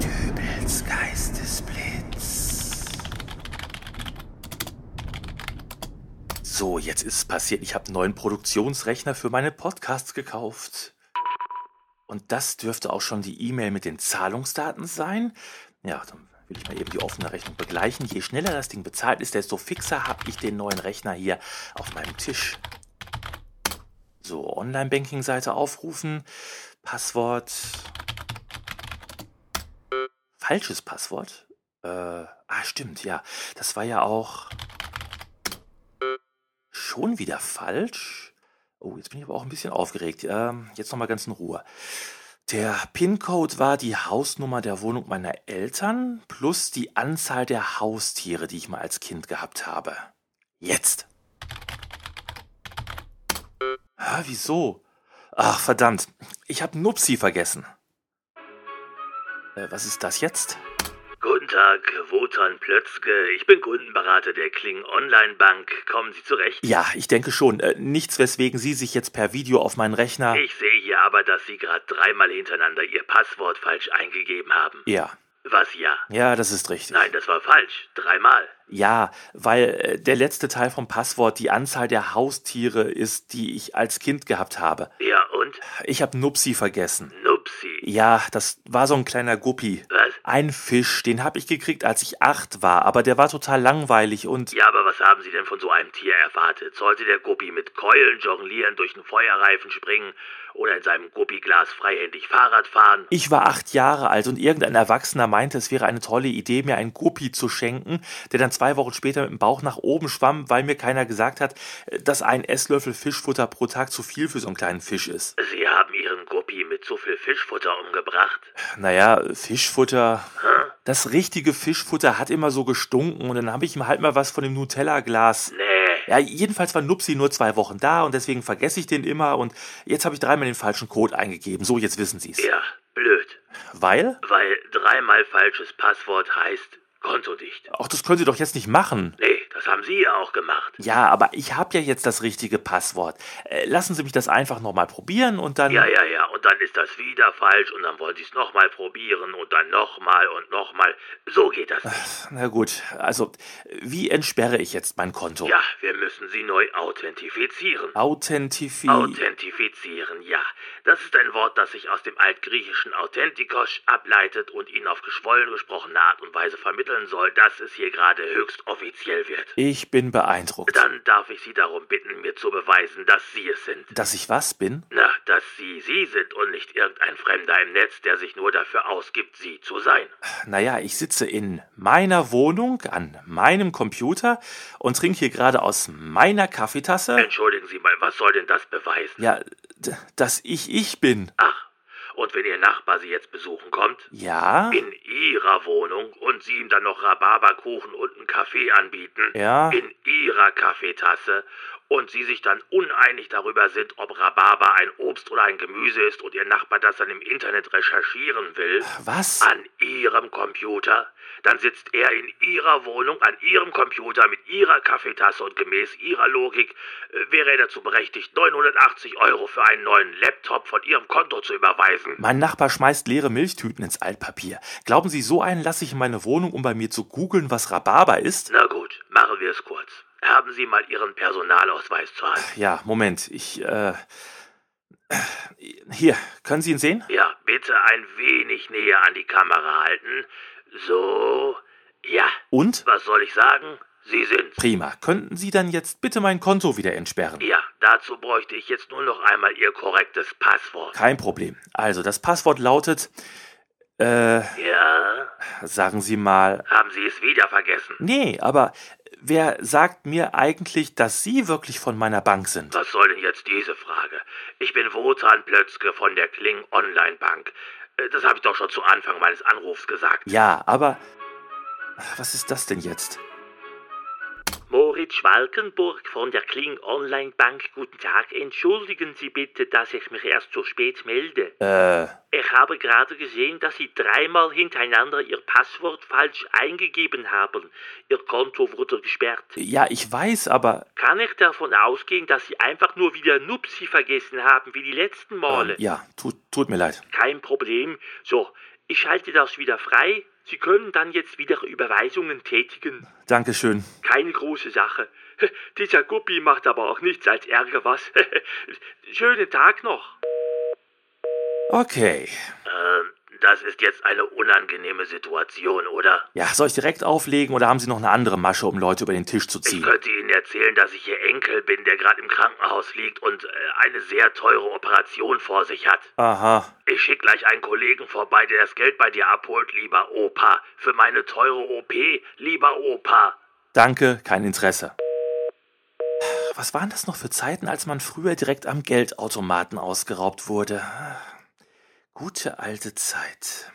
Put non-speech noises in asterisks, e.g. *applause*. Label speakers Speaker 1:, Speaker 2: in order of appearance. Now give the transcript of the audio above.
Speaker 1: Dübels Geistesblitz. So, jetzt ist es passiert. Ich habe einen neuen Produktionsrechner für meine Podcasts gekauft. Und das dürfte auch schon die E-Mail mit den Zahlungsdaten sein. Ja, dann will ich mal eben die offene Rechnung begleichen. Je schneller das Ding bezahlt ist, desto fixer habe ich den neuen Rechner hier auf meinem Tisch. So, Online-Banking-Seite aufrufen. Passwort. Falsches Passwort? Äh, ah, stimmt, ja. Das war ja auch schon wieder falsch. Oh, jetzt bin ich aber auch ein bisschen aufgeregt. Ähm, jetzt nochmal ganz in Ruhe. Der PIN-Code war die Hausnummer der Wohnung meiner Eltern plus die Anzahl der Haustiere, die ich mal als Kind gehabt habe. Jetzt. Ah, wieso? Ach, verdammt. Ich habe Nupsi vergessen. Äh, was ist das jetzt?
Speaker 2: Guten Tag, Wotan Plötzke. Ich bin Kundenberater der Kling Online Bank. Kommen Sie zurecht?
Speaker 1: Ja, ich denke schon. Äh, nichts, weswegen Sie sich jetzt per Video auf meinen Rechner.
Speaker 2: Ich sehe hier aber, dass Sie gerade dreimal hintereinander Ihr Passwort falsch eingegeben haben.
Speaker 1: Ja.
Speaker 2: Was ja?
Speaker 1: Ja, das ist richtig.
Speaker 2: Nein, das war falsch. Dreimal.
Speaker 1: Ja, weil äh, der letzte Teil vom Passwort die Anzahl der Haustiere ist, die ich als Kind gehabt habe.
Speaker 2: Ja, und?
Speaker 1: Ich habe Nupsi vergessen.
Speaker 2: Nupsi.
Speaker 1: Ja, das war so ein kleiner Guppi.
Speaker 2: Was?
Speaker 1: Ein Fisch, den habe ich gekriegt, als ich acht war, aber der war total langweilig und
Speaker 2: Ja, aber was haben Sie denn von so einem Tier erwartet? Sollte der Guppi mit Keulen jonglieren, durch einen Feuerreifen springen oder in seinem Guppiglas freihändig Fahrrad fahren?
Speaker 1: ich war acht Jahre alt und irgendein Erwachsener meinte, es wäre eine tolle Idee, mir einen Guppi zu schenken, der dann zwei Wochen später mit dem Bauch nach oben schwamm, weil mir keiner gesagt hat, äh, dass ein Esslöffel Fischfutter pro Tag zu viel für so einen kleinen Fisch ist.
Speaker 2: Sie haben Ihren Guppi mit zu viel Fischfutter umgebracht.
Speaker 1: Naja, Fischfutter. Das richtige Fischfutter hat immer so gestunken und dann habe ich ihm halt mal was von dem Nutella-Glas.
Speaker 2: Nee.
Speaker 1: Ja, jedenfalls war Nupsi nur zwei Wochen da und deswegen vergesse ich den immer und jetzt habe ich dreimal den falschen Code eingegeben. So, jetzt wissen Sie's.
Speaker 2: Ja, blöd.
Speaker 1: Weil?
Speaker 2: Weil dreimal falsches Passwort heißt Konto dicht.
Speaker 1: Ach, das können Sie doch jetzt nicht machen.
Speaker 2: Nee, das haben Sie ja auch gemacht.
Speaker 1: Ja, aber ich habe ja jetzt das richtige Passwort. Äh, lassen Sie mich das einfach nochmal probieren und dann.
Speaker 2: Ja, ja, ja, und dann ist das wieder falsch und dann wollen Sie es nochmal probieren und dann nochmal und nochmal. So geht das. nicht.
Speaker 1: Na gut, also, wie entsperre ich jetzt mein Konto?
Speaker 2: Ja, wir müssen Sie neu authentifizieren.
Speaker 1: Authentifi.
Speaker 2: Authentifizieren, ja. Das ist ein Wort, das sich aus dem altgriechischen Authentikos ableitet und Ihnen auf geschwollen gesprochene Art und Weise vermitteln soll, dass es hier gerade höchst offiziell wird.
Speaker 1: ich bin beeindruckt.
Speaker 2: Dann darf ich Sie darum bitten, mir zu beweisen, dass Sie es sind.
Speaker 1: Dass ich was bin?
Speaker 2: Na, dass Sie Sie sind und nicht irgendein Fremder im Netz, der sich nur dafür ausgibt, Sie zu sein.
Speaker 1: Naja, ich sitze in meiner Wohnung an meinem Computer und trinke hier gerade aus meiner Kaffeetasse.
Speaker 2: Entschuldigen Sie mal, was soll denn das beweisen?
Speaker 1: Ja, d- dass ich ich bin.
Speaker 2: Ach, und wenn Ihr Nachbar Sie jetzt besuchen kommt?
Speaker 1: Ja,
Speaker 2: In Ihrer Wohnung und Sie ihm dann noch Rhabarberkuchen und einen Kaffee anbieten?
Speaker 1: Ja.
Speaker 2: In Ihrer Kaffeetasse und Sie sich dann uneinig darüber sind, ob Rhabarber ein Obst oder ein Gemüse ist und Ihr Nachbar das dann im Internet recherchieren will?
Speaker 1: was?
Speaker 2: An Ihrem Computer? Dann sitzt er in Ihrer Wohnung an Ihrem Computer mit Ihrer Kaffeetasse und gemäß Ihrer Logik äh, wäre er dazu berechtigt, 980 Euro für einen neuen Laptop von Ihrem Konto zu überweisen.
Speaker 1: Mein Nachbar schmeißt leere Milchtüten ins Altpapier. Glauben Sie, so einen lasse ich in meine Wohnung, um bei mir zu googeln, was Rhabarber ist?
Speaker 2: Na gut, machen wir es kurz. Haben Sie mal Ihren Personalausweis zur Hand.
Speaker 1: Ja, Moment, ich, äh. Hier, können Sie ihn sehen?
Speaker 2: Ja, bitte ein wenig näher an die Kamera halten. So. Ja,
Speaker 1: Und?
Speaker 2: was soll ich sagen? Sie sind's.
Speaker 1: Prima. Könnten Sie dann jetzt bitte mein Konto wieder entsperren?
Speaker 2: Ja, dazu bräuchte ich jetzt nur noch einmal Ihr korrektes Passwort.
Speaker 1: Kein Problem. Also, das Passwort lautet, äh,
Speaker 2: Ja.
Speaker 1: sagen Sie mal.
Speaker 2: Haben Sie es wieder vergessen?
Speaker 1: Nee, aber wer sagt mir eigentlich, dass Sie wirklich von meiner Bank sind?
Speaker 2: Was soll denn jetzt diese Frage? Ich bin Wotan Plötzke von der Kling Online Bank. Äh, Das habe ich doch schon zu Anfang meines Anrufs gesagt.
Speaker 1: Ja, aber. Was ist das denn jetzt?
Speaker 2: Moritz Schwalkenburg von der Kling Online Bank. Guten Tag. Entschuldigen Sie bitte, dass ich mich erst so spät melde.
Speaker 1: Äh,
Speaker 2: Ich habe gerade gesehen, dass Sie dreimal hintereinander Ihr Passwort falsch eingegeben haben. Ihr Konto wurde gesperrt.
Speaker 1: ja, ich weiß, aber
Speaker 2: Kann ich davon ausgehen, dass Sie einfach nur wieder Nupsi vergessen haben, wie die letzten Male?
Speaker 1: ja, tut, tut mir leid.
Speaker 2: Kein Problem. So, ich schalte das wieder frei. Sie können dann jetzt wieder Überweisungen tätigen.
Speaker 1: Dankeschön.
Speaker 2: Keine große Sache. *laughs* Dieser Guppi macht aber auch nichts als Ärger was. *laughs* Schönen Tag noch.
Speaker 1: Okay.
Speaker 2: Ähm, das ist jetzt eine unangenehme Situation, oder?
Speaker 1: Ja, soll ich direkt auflegen oder haben Sie noch eine andere Masche, um Leute über den Tisch zu
Speaker 2: Ich
Speaker 1: ziehen?
Speaker 2: könnte Ihnen erzählen, dass ich Ihr Enkel bin, der gerade im Krankenhaus liegt und äh, eine sehr teure Operation vor sich hat.
Speaker 1: Aha.
Speaker 2: Ich schick gleich einen Kollegen vorbei, der das Geld bei dir abholt, lieber Opa. Für meine teure OP, lieber Opa.
Speaker 1: Danke, kein Interesse. Was waren das noch für Zeiten, als man früher direkt am Geldautomaten ausgeraubt wurde? Gute alte Zeit.